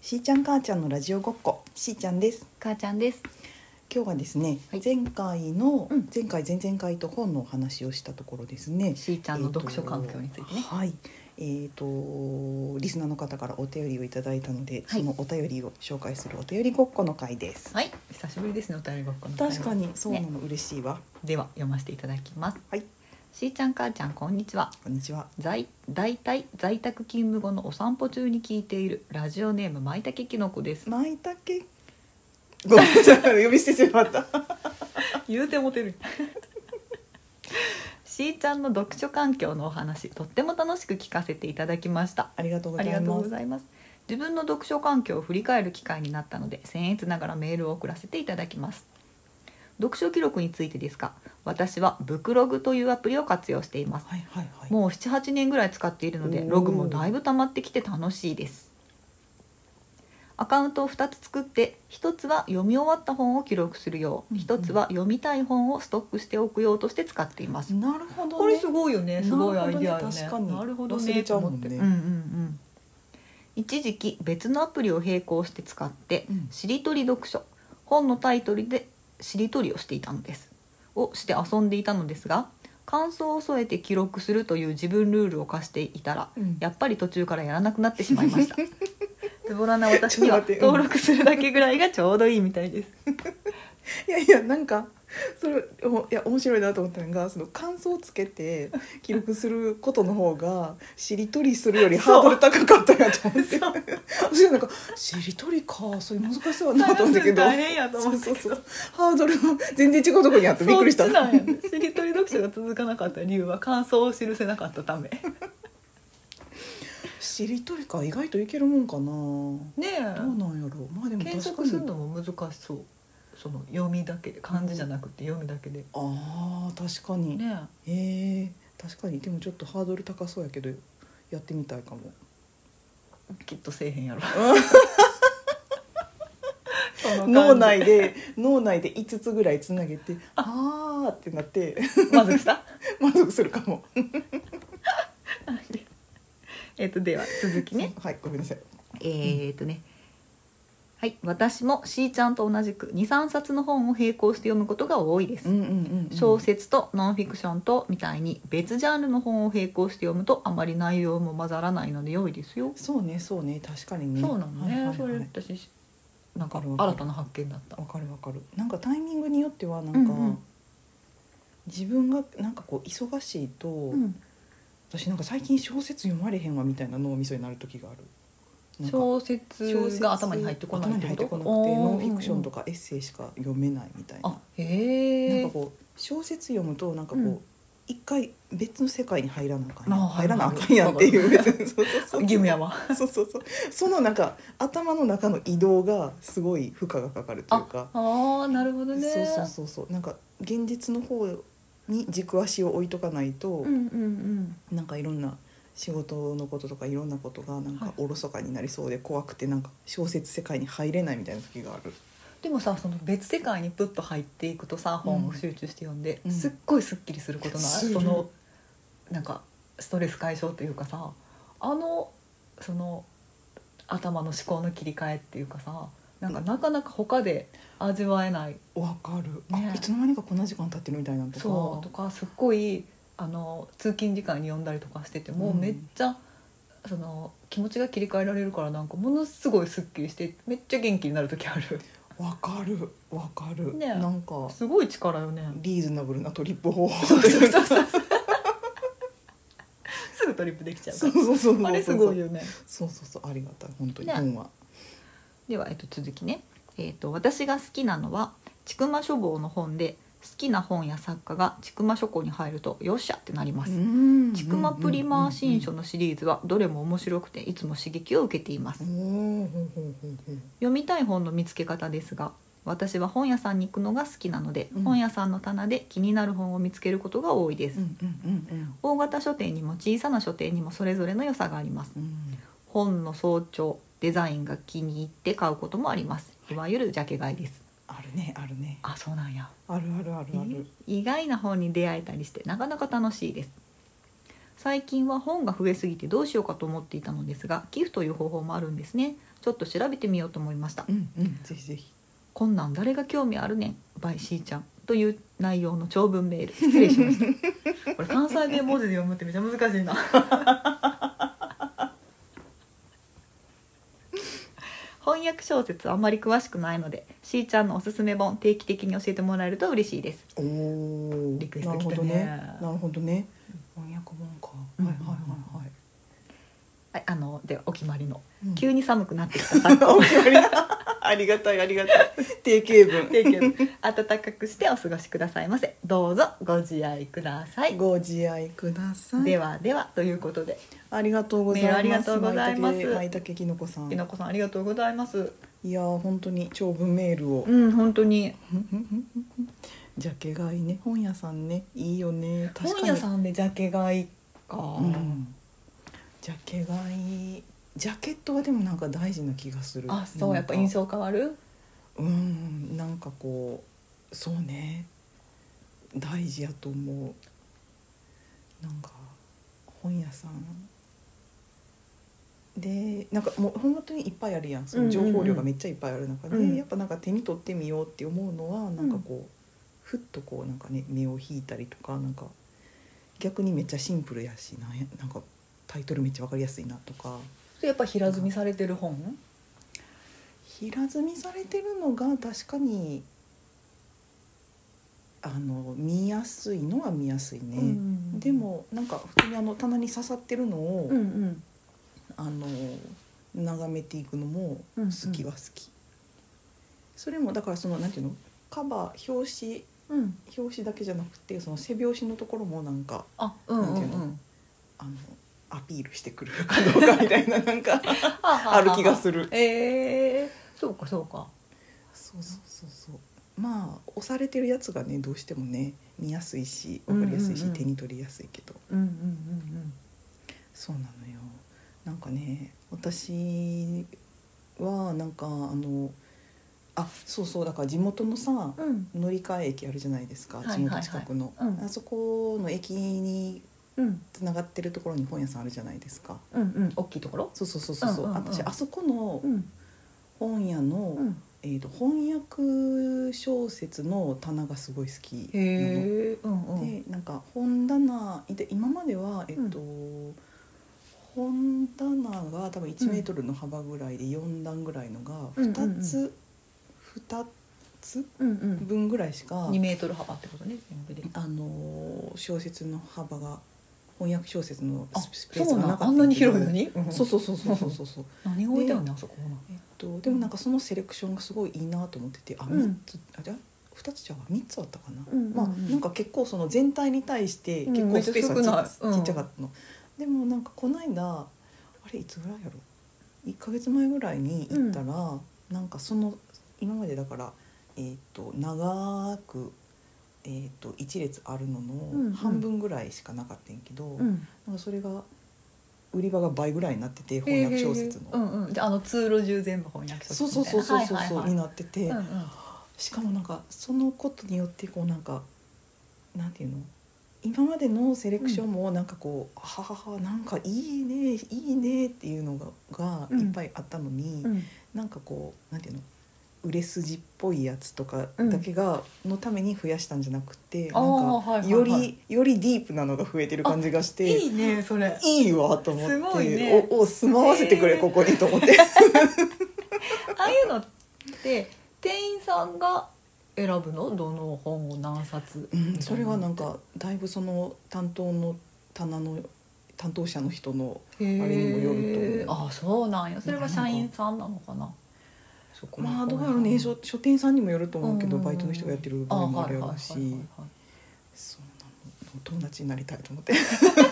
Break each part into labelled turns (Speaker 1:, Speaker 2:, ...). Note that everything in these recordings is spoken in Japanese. Speaker 1: しーちゃん母ちゃんのラジオごっこしーちゃんです
Speaker 2: 母ちゃんです。
Speaker 1: 今日はですね、
Speaker 2: はい
Speaker 1: 前回の、
Speaker 2: うん
Speaker 1: 前回前々回と本のお話をしたところですね
Speaker 2: しーちゃんの読書環境について
Speaker 1: えー
Speaker 2: ね
Speaker 1: と。はいえー、とリスナーの方からお便りをいただいたので、
Speaker 2: はい
Speaker 1: そのお便りを紹介するお便りごっこの回です、
Speaker 2: はい、久しぶりですね、お便りごっこの会話
Speaker 1: 確かにそうなの嬉しいわ、
Speaker 2: では、読ませていただきます。
Speaker 1: はい
Speaker 2: しーちゃん、母ちゃん、こんにちは。
Speaker 1: こんにちは
Speaker 2: 在大体在宅勤務後のお散歩中に聞いているラジオネームまいたけきのこです。
Speaker 1: まいたけごめんなさい呼び捨てしま った
Speaker 2: 言うてモテる。 しーちゃんの読書環境のお話、とっても楽しく聞かせていただきました。
Speaker 1: ありがとうご
Speaker 2: あ
Speaker 1: ざ
Speaker 2: り
Speaker 1: い
Speaker 2: がとう
Speaker 1: ま
Speaker 2: ご
Speaker 1: す
Speaker 2: ざいます。自分の読書環境を振り返る機会になったので、僭越ながらメールを送らせていただきます。読書記録についてですが、私はブクログというアプリを活用しています。
Speaker 1: はいはいはい
Speaker 2: もう7、8年ぐらい使っているので
Speaker 1: お、ー
Speaker 2: ログもだいぶ溜まってきて楽しいです。アカウントを2つ作って1つは読み終わった本を記録するよう
Speaker 1: うんうん
Speaker 2: 1つは読みたい本をストックしておくようとして使っています
Speaker 1: なるほど、ね、
Speaker 2: これすごいよね。すごいアイディア
Speaker 1: なるほ
Speaker 2: よね。
Speaker 1: どね確かに
Speaker 2: なるほどね。
Speaker 1: 忘れちゃうもんね
Speaker 2: と思ってうんうんうん。一時期別のアプリを並行して使って、
Speaker 1: うん
Speaker 2: しりとり読書本のタイトルでしりとりをしていたのですをして遊んでいたのですが感想を添えて記録するという自分ルールを課していたら、
Speaker 1: うん
Speaker 2: やっぱり途中からやらなくなってしまいま したズボラな私には
Speaker 1: ちょっと待ってうん
Speaker 2: 登録するだけぐらいがちょうどいいみたい です
Speaker 1: いやいやなんかそれおいや面白いなと思ったのがその感想をつけて記録することの方がしりとりするよりハードル高かったやと思って私なんかしりとりかそれ難しそうやなと思ったけど
Speaker 2: 大変やと思
Speaker 1: そう
Speaker 2: って
Speaker 1: そうそうハードルも全然違うところにあってびっくりした
Speaker 2: そっちなんやねしりとり読書が続かなかった理由は感想を記せなかったため ね
Speaker 1: しりとりか意外といけるもんかなどう
Speaker 2: え
Speaker 1: なんやろうまあでも確
Speaker 2: 検
Speaker 1: か
Speaker 2: 索する
Speaker 1: に
Speaker 2: のも難しそうその読みだけで漢字じゃなくて読みだけで
Speaker 1: あー確かに、
Speaker 2: ね
Speaker 1: えー、確かにでもちょっとハードル高そうやけどやってみたいかも
Speaker 2: えきっとせえへん やろその感じ
Speaker 1: 脳内で脳内で5つぐらいつなげて「あー」ってなって
Speaker 2: まずした
Speaker 1: 満足するかも
Speaker 2: えっとでは続きね
Speaker 1: はいごめんなさい
Speaker 2: えー、とね、はい私もしーちゃんと同じく23冊の本を並行して読むことが多いです、
Speaker 1: んうん
Speaker 2: 小説とノンフィクションとみたいに別ジャンルの本を並行して読むとあまり内容も混ざらないので良いですよ。
Speaker 1: そうねそうね確かにね
Speaker 2: そうなの
Speaker 1: は
Speaker 2: ね、
Speaker 1: いはいはい
Speaker 2: それ私しなんか
Speaker 1: わかるわかる
Speaker 2: 新たな発見だった。
Speaker 1: わかるわかるなんかタイミングによってはなんか、
Speaker 2: うんうん
Speaker 1: 自分がなんかこう忙しいと、
Speaker 2: うん、
Speaker 1: 私なんか最近小説読まれへんわみたいな脳みそになる時があるなんか
Speaker 2: 小説
Speaker 1: 小説
Speaker 2: が頭に入ってこない
Speaker 1: 頭に入ってこなくてノンフィクションと
Speaker 2: か。
Speaker 1: かエッセイしか読めないみたいな
Speaker 2: あへ
Speaker 1: な
Speaker 2: え
Speaker 1: んか。こう小説読むとなんかこう、
Speaker 2: うん
Speaker 1: 一回別の世界に入らなあかん
Speaker 2: あ
Speaker 1: や
Speaker 2: ー
Speaker 1: ん
Speaker 2: はい
Speaker 1: 入らなあかんやんっていう
Speaker 2: わ
Speaker 1: そ
Speaker 2: か
Speaker 1: うそうそう
Speaker 2: 義務やわ。
Speaker 1: そうそうそうそのなんか頭の中の移動がすごい負荷がかかるというか
Speaker 2: ああなるほどね。
Speaker 1: そうそうそうそうなんか現実の方に軸足を置いとかないと、
Speaker 2: うんうんうん。
Speaker 1: なんかいろんな仕事のこととかいろんなことがなん
Speaker 2: は
Speaker 1: か
Speaker 2: い
Speaker 1: おろそかになりそうで怖くてなんか小説世界に入れないみたいな時がある
Speaker 2: でもさその別世界にプッと入っていくとさ本を集中して読んで、
Speaker 1: うん
Speaker 2: すっごいすっきりすることない、
Speaker 1: する
Speaker 2: そのなんかストレス解消というかさあのその頭の思考の切り替えっていうかさなんかなかなか他で味わえない、
Speaker 1: わかる、
Speaker 2: ね
Speaker 1: あいつの間にかこんな時間経ってるみたいなとか
Speaker 2: そうとかすっごいあの通勤時間に読んだりとかしてても、
Speaker 1: うん
Speaker 2: めっちゃその気持ちが切り替えられるからなんかものすごいすっきりしてめっちゃ元気になる時ある
Speaker 1: わかるわかる、
Speaker 2: ね
Speaker 1: なんか
Speaker 2: すごい力よね
Speaker 1: リーズナブルなトリップ方法
Speaker 2: そう
Speaker 1: と
Speaker 2: そう
Speaker 1: いうか
Speaker 2: そうそう すぐトリップできちゃうか
Speaker 1: そう
Speaker 2: ら
Speaker 1: そうそうそう
Speaker 2: あれすごいよね
Speaker 1: そうそうそうありがたい本当に、
Speaker 2: ね
Speaker 1: 本は
Speaker 2: では、えっと、続きね、えっと、私が好きなのはちくま書房の本で好きな本や作家がちくま書庫に入るとよっしゃってなりますちくまプリマー新書
Speaker 1: の
Speaker 2: のシリーズはどれも面白くていつも刺激を受けています
Speaker 1: おおほうほうほうほう
Speaker 2: 読みたい本の見つけ方ですが私は本屋さんに行くのが好きなので、
Speaker 1: うん
Speaker 2: 本屋さんの棚で気になる本を見つけることが多いです、
Speaker 1: うんうんうん
Speaker 2: 大型書店にも小さな書店にもそれぞれの良さがあります
Speaker 1: うん
Speaker 2: 本の早朝デザインが気に入って買うこともありますいわゆるジャケ買いです
Speaker 1: あるねあるね
Speaker 2: あそうなんや
Speaker 1: あるあるあるある
Speaker 2: 意外な本に出会えたりしてなかなか楽しいです最近は本が増えすぎてどうしようかと思っていたのですが寄付という方法もあるんですねちょっと調べてみようと思いました
Speaker 1: うんうんぜひぜひ
Speaker 2: 「こんなん誰が興味あるねん」by しーちゃんという内容の長文メール失礼しまし たこれ関西弁文字で読むってめちゃ難しいな翻訳小説あんまり詳しくないのでしーちゃんのおすすめ本定期的に教えてもらえると嬉しいです
Speaker 1: おお
Speaker 2: リクエス
Speaker 1: な
Speaker 2: ト来
Speaker 1: るほ
Speaker 2: た
Speaker 1: ど
Speaker 2: ね
Speaker 1: ねなるほどね翻訳本か、
Speaker 2: うん
Speaker 1: はいはいはいはい
Speaker 2: はいあのではお決まりの、
Speaker 1: うん
Speaker 2: 急に寒くなってきた昨 今
Speaker 1: お決まりだありがたいありがたい定型
Speaker 2: 定型暖かくしてお過ごしくださいませどうぞご自愛ください
Speaker 1: 文ご自愛ください
Speaker 2: ではではということで
Speaker 1: ありがとうござい
Speaker 2: メール
Speaker 1: ます
Speaker 2: ありがとうございま
Speaker 1: まいた
Speaker 2: す
Speaker 1: けまいたけきのこさん
Speaker 2: きないこさんありがとうございます
Speaker 1: やー本当に長文メールを
Speaker 2: うん本当に
Speaker 1: ジャケ買いね本屋さんねいいよね確かに
Speaker 2: 本屋さんでジャケ買いか、
Speaker 1: うんジャケ買いジャケットはでもなんか大事な気がする
Speaker 2: あそう
Speaker 1: な
Speaker 2: や
Speaker 1: ん
Speaker 2: っ
Speaker 1: か
Speaker 2: ぱ印象変わる
Speaker 1: うんなんかこうそうね大事やと思うなんか本屋さんでなんかもう本当にいっぱいあるやんその情報量がめっちゃいっぱいある中で、
Speaker 2: うんうんうん
Speaker 1: やっぱなんか手に取ってみようって思うのはなんかこう、ふっとこうなんかね目を引いたりとかなんか逆にめっちゃシンプルやしなんやなんかタイトルめっちゃわかりやすいなとか。
Speaker 2: それやっぱ平積みされてる本
Speaker 1: 平積みされてるのが確かにあの見やすいのは見やすいね、
Speaker 2: うん
Speaker 1: でもなんか普通にあの棚に刺さってるのを、
Speaker 2: うんうん
Speaker 1: あの眺めていくのも
Speaker 2: うんうん
Speaker 1: 好きは好き、それもだからそのなんていうのカバー表紙
Speaker 2: うん
Speaker 1: 表紙だけじゃなくてその背表紙のところもなんか
Speaker 2: あうんうん
Speaker 1: な
Speaker 2: う
Speaker 1: んていうんのあのアピールしてくるかどうかみたいななん かある気が
Speaker 2: る
Speaker 1: する。
Speaker 2: えー、そうかそうか
Speaker 1: そうそうそうそうまあ押されてるやつがねどうしてもね見やすいし分かりやすいし、
Speaker 2: うんうんうん
Speaker 1: 手に取りやすいけど
Speaker 2: うんうんうん
Speaker 1: そうなのよなんかね私はなんかあのあそうそうだから地元のさ
Speaker 2: うんうん
Speaker 1: 乗り換え駅あるじゃないですか
Speaker 2: はいは
Speaker 1: 地
Speaker 2: い
Speaker 1: 元近くの、
Speaker 2: はいうん
Speaker 1: あそこの駅に
Speaker 2: うん
Speaker 1: つながってるところに本屋さんあるじゃないですか
Speaker 2: うんうん大きいところ
Speaker 1: そうそうそうそうそう、
Speaker 2: うんうんうん
Speaker 1: 私あそこの
Speaker 2: うん
Speaker 1: 本屋の、
Speaker 2: うん
Speaker 1: えー、と翻訳小説の棚がすごい好きなの。
Speaker 2: へえうんうん
Speaker 1: でなんか本棚で今までは、えっと本棚が多分1メートルの幅ぐらいで4段ぐらいのが
Speaker 2: うん
Speaker 1: 2つ、二つ
Speaker 2: うんうん
Speaker 1: 分ぐらいしか、
Speaker 2: 2メートル幅ってことね全部で
Speaker 1: あのー小説の幅が翻訳小説の
Speaker 2: あ
Speaker 1: スペ
Speaker 2: そ
Speaker 1: ース
Speaker 2: う
Speaker 1: がな
Speaker 2: な
Speaker 1: かった
Speaker 2: あんなに広いのに、
Speaker 1: そうそうそうそうそうそうそう
Speaker 2: 何が置いてあるのあそこは
Speaker 1: えっと、でもなんかそのセレクションがすごいいいなと思っててあ
Speaker 2: うん
Speaker 1: 3つ、あじゃ2つじゃ3つあったかな、
Speaker 2: うんうんうん
Speaker 1: まあなんか結構その全体に対して
Speaker 2: うん
Speaker 1: 結構スペース
Speaker 2: めっちゃ
Speaker 1: がち,、
Speaker 2: 少ないうん
Speaker 1: ちっちゃかったの、でもなんかこの間あれいつぐらいやろ1ヶ月前ぐらいに行ったら、なんかその今までだからえっと長く。えっと一列あるの
Speaker 2: んうん
Speaker 1: の半分ぐらいしかなかったんやけど、
Speaker 2: ん、
Speaker 1: なんかそれが売り場が倍ぐらいになってて翻訳小説の、
Speaker 2: うんうん、じゃああの通路中全部翻訳小
Speaker 1: そう
Speaker 2: 説
Speaker 1: そう
Speaker 2: みたい
Speaker 1: そう
Speaker 2: な
Speaker 1: そうそうそう
Speaker 2: はいはい
Speaker 1: に
Speaker 2: はい
Speaker 1: なってて、
Speaker 2: うんうん
Speaker 1: しかもなんかそのことによってこうなんかなんていうの今までのセレクションもなんかこう、はははなんかいいねいいねっていうのがが
Speaker 2: うん
Speaker 1: いっぱいあったのに、
Speaker 2: うん
Speaker 1: なんかこうなんていうの売れ筋っぽいやつとかだけが、のために増やしたんじゃなくて
Speaker 2: あー
Speaker 1: なん
Speaker 2: はい
Speaker 1: か
Speaker 2: はい
Speaker 1: よ
Speaker 2: は
Speaker 1: りよりディープなのが増えてる感じがして
Speaker 2: いいねそれ
Speaker 1: いいわと思って
Speaker 2: すごいね
Speaker 1: おお住まわせてくれ、
Speaker 2: へー
Speaker 1: ここにと思って。
Speaker 2: ああいうのって店員さんが選ぶのどの本を何冊、
Speaker 1: うんそれはなんかだいぶその担当の棚の担当者の人の
Speaker 2: あれ
Speaker 1: あれにもよると思
Speaker 2: あそうなんやそれは社員さんなのかなそこの
Speaker 1: まあどうやろうね書書店さんにもよると思うけど
Speaker 2: うん
Speaker 1: バイトの人がやってる場合もあるやろうし
Speaker 2: あはいはいはいはい
Speaker 1: そうなのお友達になりたいと思って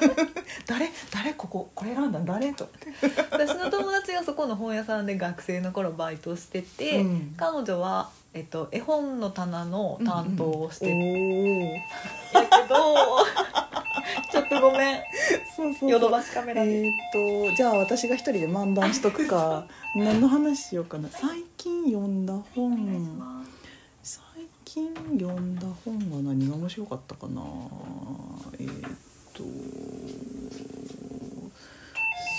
Speaker 1: 誰誰こここれ選んだの誰と思って
Speaker 2: 私の友達がそこの本屋さんで学生の頃バイトしてて、
Speaker 1: うん
Speaker 2: 彼女は、えっと、絵本の棚の担当をしてたん
Speaker 1: おお
Speaker 2: だけど、ちょっとごめん
Speaker 1: そうそう
Speaker 2: ヨ
Speaker 1: そ
Speaker 2: ド
Speaker 1: う
Speaker 2: バシカメラで、
Speaker 1: えー、とじゃあ私が一人で漫談しとく か何の話しようかな最近読んだ本
Speaker 2: お願いします
Speaker 1: 最近読んだ本は何が面白かったかなえーっと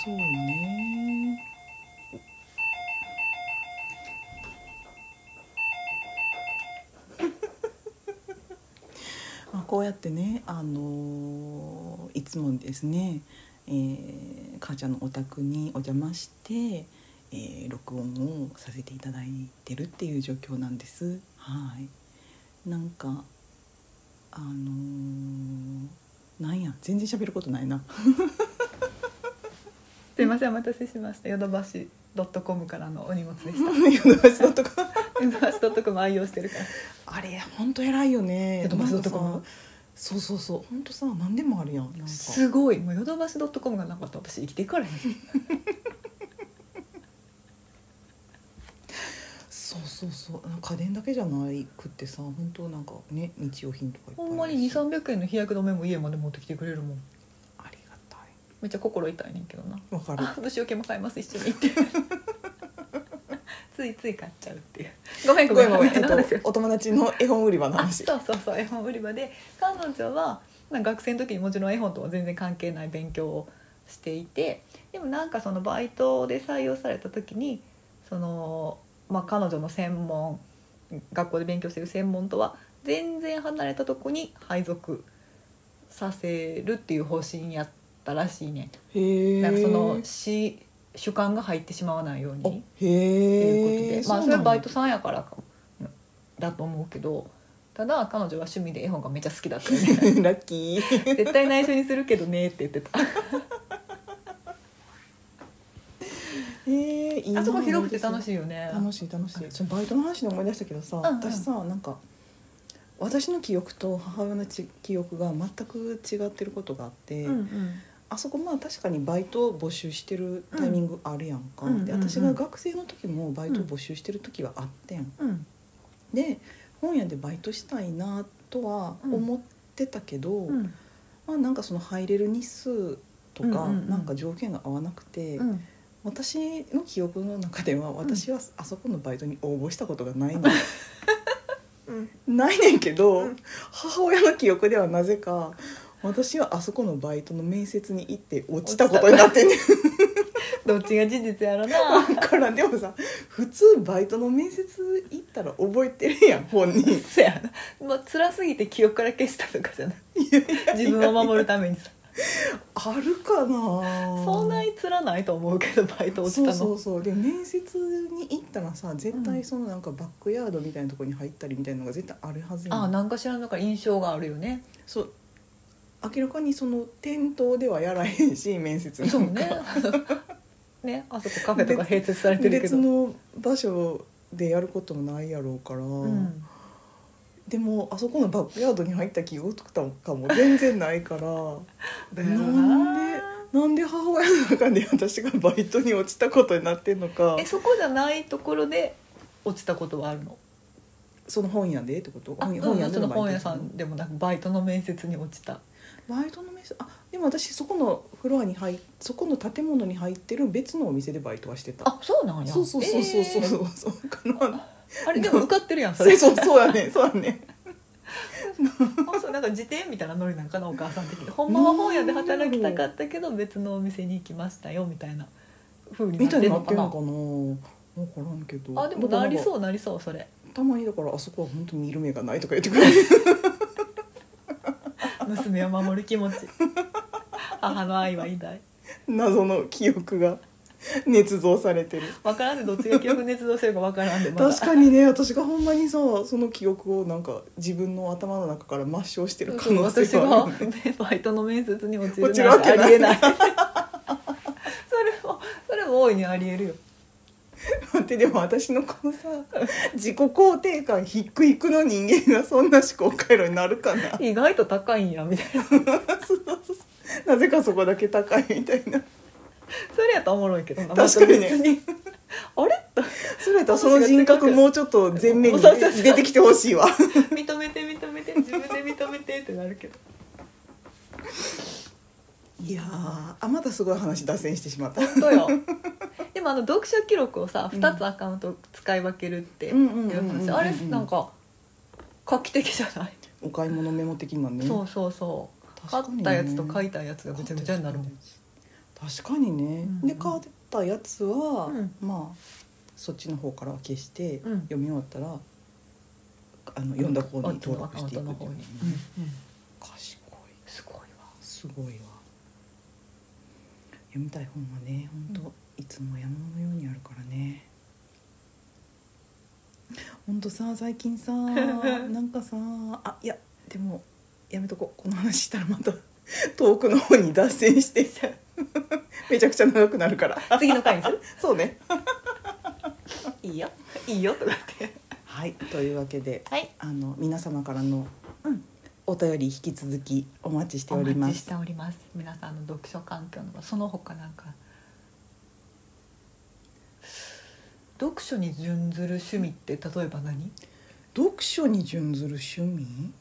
Speaker 1: そうねこうやってね、あのーいつもですね、えー、母ちゃんのお宅にお邪魔して、えー録音をさせていただいてるっていう状況なんです。はいなんかあのーなんや全然喋ることないな
Speaker 2: すいませんお待たせしましたヨドバシドットコムからのお荷物でし
Speaker 1: ヨドバシドットコム
Speaker 2: たヨドバシドットコム愛用してるから
Speaker 1: あれ本当偉いよね
Speaker 2: ヨドバシドットコム
Speaker 1: なんかさそうそうそう本当さ何でもあるやんなんか
Speaker 2: すごいもうヨドバシドットコムがなかったら私生きていかれへん
Speaker 1: そうそうそうなんか家電だけじゃないくってさ本当なんかね日用品とかいっぱい
Speaker 2: ほんまに
Speaker 1: あるし
Speaker 2: 2300円の日焼け止めも家まで持ってきてくれるもん
Speaker 1: ありがたい
Speaker 2: めっちゃ心痛いねんけどな
Speaker 1: わかる
Speaker 2: あ虫よけも買います一緒 に行ってついつい買っちゃうっていうごめんご
Speaker 1: ご
Speaker 2: め
Speaker 1: めん
Speaker 2: んご
Speaker 1: ごめ んえ
Speaker 2: めん
Speaker 1: っと
Speaker 2: 話が
Speaker 1: お友達の絵本売り場の
Speaker 2: あ
Speaker 1: 話
Speaker 2: そうそうそう絵本売り場で彼女は、まあ、学生の時にもちろん絵本とは全然関係ない勉強をしていてでもなんかそのバイトで採用された時にその、まあ、彼女の専門学校で勉強している専門とは全然離れたとこに配属させるっていう方針やったらしいね
Speaker 1: へえ
Speaker 2: なんかそのし主観が入ってしまわないように
Speaker 1: へ
Speaker 2: って
Speaker 1: え
Speaker 2: いうことで、まあそれはバイトさんやからかだと思うけどただ彼女は趣味で絵本がめっちゃ好きだったよね
Speaker 1: ラッキー
Speaker 2: 絶対内緒にするけどねって言ってた
Speaker 1: へえいいな
Speaker 2: あそこ広くて楽しいよね
Speaker 1: 楽しい楽しいそのバイトの話で思い出したけどさ、
Speaker 2: んうん
Speaker 1: 私さなんか私の記憶と母親のち記憶が全く違ってることがあって、
Speaker 2: うんうん
Speaker 1: あそこまあ確かにバイトを募集してるタイミングあるやんか、
Speaker 2: うん
Speaker 1: で
Speaker 2: うんうんうん
Speaker 1: 私が学生の時もバイトを募集してる時はあってん、
Speaker 2: うん
Speaker 1: で本屋でバイトしたいなとは思ってたけど、
Speaker 2: うん
Speaker 1: まあなんかその入れる日数とか、
Speaker 2: うんうんうん
Speaker 1: なんか条件が合わなくて、
Speaker 2: うん
Speaker 1: 私の記憶の中では私はあそこのバイトに応募したことが ないの、ないねんけど、
Speaker 2: うん
Speaker 1: 母親の記憶ではなぜか私はあそこのバイトの面接に行って落ちたことになってんねん
Speaker 2: どっちが事実やろな
Speaker 1: だからでもさ普通バイトの面接行ったら覚えてるやん本人 い
Speaker 2: そやな、まあ辛すぎて記憶から消したとかじゃない
Speaker 1: やいや
Speaker 2: 自分を守るために さ
Speaker 1: あるかな
Speaker 2: そんなに辛ないと思うけどバイト落ちたの
Speaker 1: そうそうそうで面接に行ったらさ絶対そのなんかバックヤードみたいなところに入ったりみたいなのが絶対あるはずやん
Speaker 2: あなんかしらなんか印象があるよね
Speaker 1: そう明らかにその店頭ではやらへんし面接なんか
Speaker 2: そうねねあそこカフェとか併設されてるけ
Speaker 1: 別
Speaker 2: ど、
Speaker 1: の場所でやることもないやろうから、
Speaker 2: うん、
Speaker 1: でもあそこのバックヤードに入った記憶とかも全然ない から
Speaker 2: だよ
Speaker 1: なん
Speaker 2: な
Speaker 1: でなんで母親の中で私がバイトに落ちたことになってんのか
Speaker 2: えそこじゃないところで落ちたことはあるの
Speaker 1: その本屋でってこと
Speaker 2: あ
Speaker 1: 本屋
Speaker 2: うん
Speaker 1: 本屋
Speaker 2: そ
Speaker 1: で
Speaker 2: の
Speaker 1: のバイト
Speaker 2: 本屋さんでもなくバイトの面接に落ちた
Speaker 1: バイトのメスあでも私そこのフロアに入っそこの建物に入ってる別のお店でバイトはしてた
Speaker 2: あそうなんや
Speaker 1: そうそうそうそうそう
Speaker 2: え
Speaker 1: そうそうかな
Speaker 2: ーあれでも受かってるやん そ
Speaker 1: そ
Speaker 2: れ
Speaker 1: う そうそうやねそうやね
Speaker 2: あそうなんか辞典みたいなノリなんかなお母さん的にほんまは本屋で働きたかったけど別のお店に行きましたよみたいな風にな
Speaker 1: み
Speaker 2: ったて
Speaker 1: いに
Speaker 2: る
Speaker 1: な
Speaker 2: の
Speaker 1: っ
Speaker 2: か
Speaker 1: てん
Speaker 2: な
Speaker 1: のかな分からんけど
Speaker 2: あでもなり
Speaker 1: う
Speaker 2: そうなりそうそれ
Speaker 1: たまにだからあそこは本当に見る目がないとか言ってくれる
Speaker 2: 娘を守る気持ち 母の愛は偉大
Speaker 1: 謎の記憶が 捏造されてる
Speaker 2: 分からんでどっちが記憶捏造してるか分からんでまだ
Speaker 1: 確かにね私がほんまにさその記憶をなんか自分の頭の中から抹消してる可能
Speaker 2: 私
Speaker 1: 性があ
Speaker 2: が
Speaker 1: るよね
Speaker 2: バイトの面接に落ち
Speaker 1: 落ちる
Speaker 2: るな
Speaker 1: わ
Speaker 2: んて
Speaker 1: け
Speaker 2: あ
Speaker 1: ない
Speaker 2: り えないそれもそれも大いにありえるよ
Speaker 1: 待ってでも私のこのさ自己肯定感ひっくひくの人間がそんな思考回路になるかな
Speaker 2: 意外と高いんやみたいな
Speaker 1: そうそうそうなぜかそこだけ高いみたいな
Speaker 2: それやったらおもろいけどな
Speaker 1: 確かにね
Speaker 2: また別にあれ
Speaker 1: それやったらその人格もうちょっと前面に
Speaker 2: そうそうそう
Speaker 1: 出てきてほしいわ
Speaker 2: 認めて認めて自分で認めてってなるけど
Speaker 1: いやーあまたすごい話脱線してしまった
Speaker 2: 本当よでもあの読書記録をさ
Speaker 1: うん
Speaker 2: 2つアカウント使い分けるって
Speaker 1: うんうんうん
Speaker 2: いう
Speaker 1: うんうん
Speaker 2: 話あれなんか画期的じゃない、
Speaker 1: お買い物メモ的なね
Speaker 2: そうそうそう買
Speaker 1: 確かに
Speaker 2: っ
Speaker 1: ね
Speaker 2: たやつと書いたやつがぐちゃぐちゃになるもん
Speaker 1: 確かにね、
Speaker 2: うん
Speaker 1: で買ったやつは、
Speaker 2: うん
Speaker 1: まあそっちの方からは消して、
Speaker 2: うん
Speaker 1: 読み終わったらあの読んだ方に登録していくっていう
Speaker 2: うんうん
Speaker 1: 賢い
Speaker 2: すごいわ
Speaker 1: すごいわ読みたい本はね本当、
Speaker 2: うん
Speaker 1: いつも山のようにあるからね本当さ最近 さなんかさあいやでもやめとこうこの話したらまた遠くの方に脱線してさ めちゃくちゃ長くなるから
Speaker 2: 次の回にする
Speaker 1: そうね
Speaker 2: いいよいいよとかって
Speaker 1: はいというわけで
Speaker 2: はい
Speaker 1: あの皆様からの
Speaker 2: うん
Speaker 1: お便り引き続きお待ちして
Speaker 2: お
Speaker 1: おりま
Speaker 2: 待ち
Speaker 1: す
Speaker 2: しております皆さんの読書環境のその他なんか読書に準ずる趣味って例えば何
Speaker 1: 読書に準ずる趣味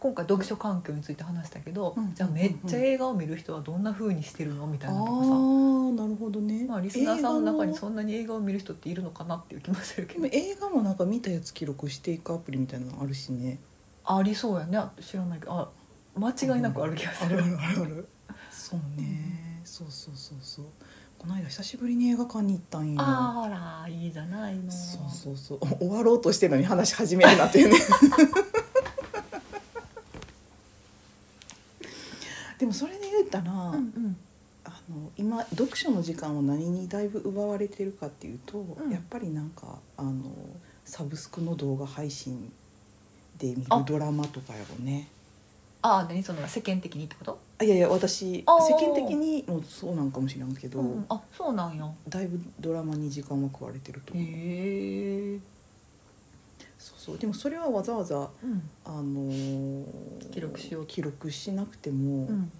Speaker 2: 今回読書環境について話したけど、
Speaker 1: うん
Speaker 2: じゃあめっちゃ映画を見る人はどんな風にしてるのみたいな
Speaker 1: あ
Speaker 2: と
Speaker 1: あ
Speaker 2: かさ
Speaker 1: ーなるほどね、
Speaker 2: まあリスナーさんの中に
Speaker 1: 映画
Speaker 2: そんなに映画を見る人っているのかなっていう気もするけ
Speaker 1: でも
Speaker 2: ど
Speaker 1: 映画もなんか見たやつ記録していくアプリみたいなのあるしね
Speaker 2: ありそうやね知らないけどあ間違いなくある気がする
Speaker 1: あるあるあるそうね、そうそうそうそうこの間久しぶりに映画館に行ったんよ
Speaker 2: あらいいじゃないの
Speaker 1: そうそうそうお終わろうとしてるのに話し始めるなって いうねでもそれで言ったら、
Speaker 2: うんうん
Speaker 1: あの今読書の時間を何にだいぶ奪われてるかっていうと、
Speaker 2: ん
Speaker 1: やっぱりなんかあのサブスクの動画配信で見る
Speaker 2: あ
Speaker 1: ドラマとかやろね
Speaker 2: ああ何その世間的にってこと
Speaker 1: あいやいや私世
Speaker 2: あー
Speaker 1: 間的にもそうなんかもしれんけど、
Speaker 2: うんあそうなんや
Speaker 1: だいぶドラマに時間は食われてると
Speaker 2: へ
Speaker 1: 思う、
Speaker 2: え
Speaker 1: そうそうでもそれはわざわざ
Speaker 2: うん
Speaker 1: あのー
Speaker 2: 記録しようと
Speaker 1: 記録しなくても、
Speaker 2: うん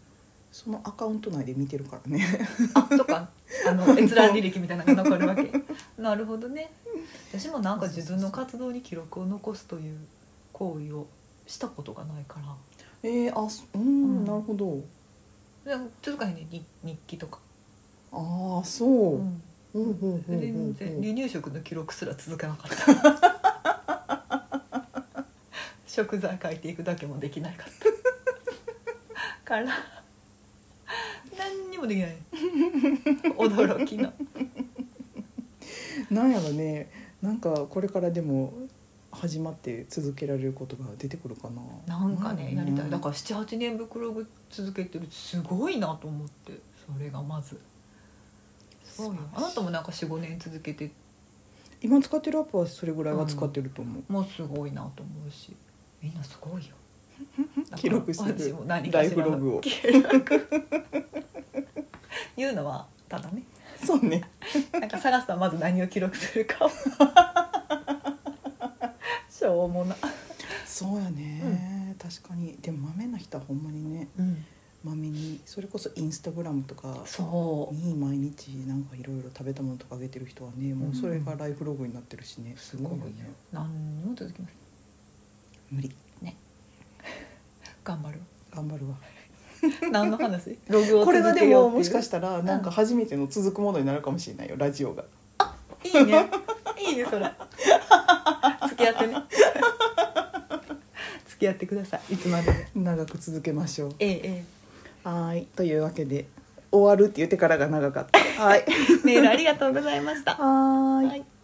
Speaker 1: そのアカウント内で見てるから ね
Speaker 2: あそっかあ の閲覧履歴みたいなのが残るわけ なるほどね私もなんか自分の活動に記録を残すという行為をしたことがないから
Speaker 1: えー、あそうん、
Speaker 2: うん
Speaker 1: なるほど
Speaker 2: で続かへんね日日記とか、
Speaker 1: ああそう
Speaker 2: う、ん
Speaker 1: ほうほうほうほうほう
Speaker 2: 全然離乳食の記録すら続かなかった 食材書いていくだけもできなかった から何にもできない驚きの
Speaker 1: なんやろねなんかこれからでも始まって続けられることが出てくるかな
Speaker 2: なんかねやりたいだ
Speaker 1: ら
Speaker 2: から78年ブクログ続けてるってすごいなと思ってそれがまずそうなのあなたもなんか45年続けて
Speaker 1: 今使ってるアップはそれぐらいは使ってると思う、
Speaker 2: もうすごいなと思うしみんなすごいよ
Speaker 1: 記録してる
Speaker 2: 私も何かしらの
Speaker 1: ライフロ グを
Speaker 2: 記録言うのはただね
Speaker 1: そう ね
Speaker 2: なんか探すのはまず何を記録する かをしょうもな、
Speaker 1: そうやね、確かにでもまめな人はほんまにねまめにそれこそインスタグラムとか
Speaker 2: そう
Speaker 1: に毎日なんかいろいろ食べたものとかあげてる人はねもうそれがライフログになってるしね、す
Speaker 2: すご
Speaker 1: ご
Speaker 2: い
Speaker 1: い
Speaker 2: よ
Speaker 1: よね
Speaker 2: 何にも続きます
Speaker 1: 無理
Speaker 2: 頑張る
Speaker 1: 頑張るわ
Speaker 2: 何の話 ログを
Speaker 1: これは
Speaker 2: 続
Speaker 1: で
Speaker 2: けよう
Speaker 1: ももしか
Speaker 2: し
Speaker 1: したらなんか初めての続くものになるかもしれないよラジオが
Speaker 2: ていいね いいねそれ付き合ってね 付き合ってくださいいつまでも
Speaker 1: 長く続けましょう
Speaker 2: えええ
Speaker 1: はい、というわけ で終わるって言ってからが長かった。はい。
Speaker 2: えメールありがとうございました
Speaker 1: はーい
Speaker 2: はい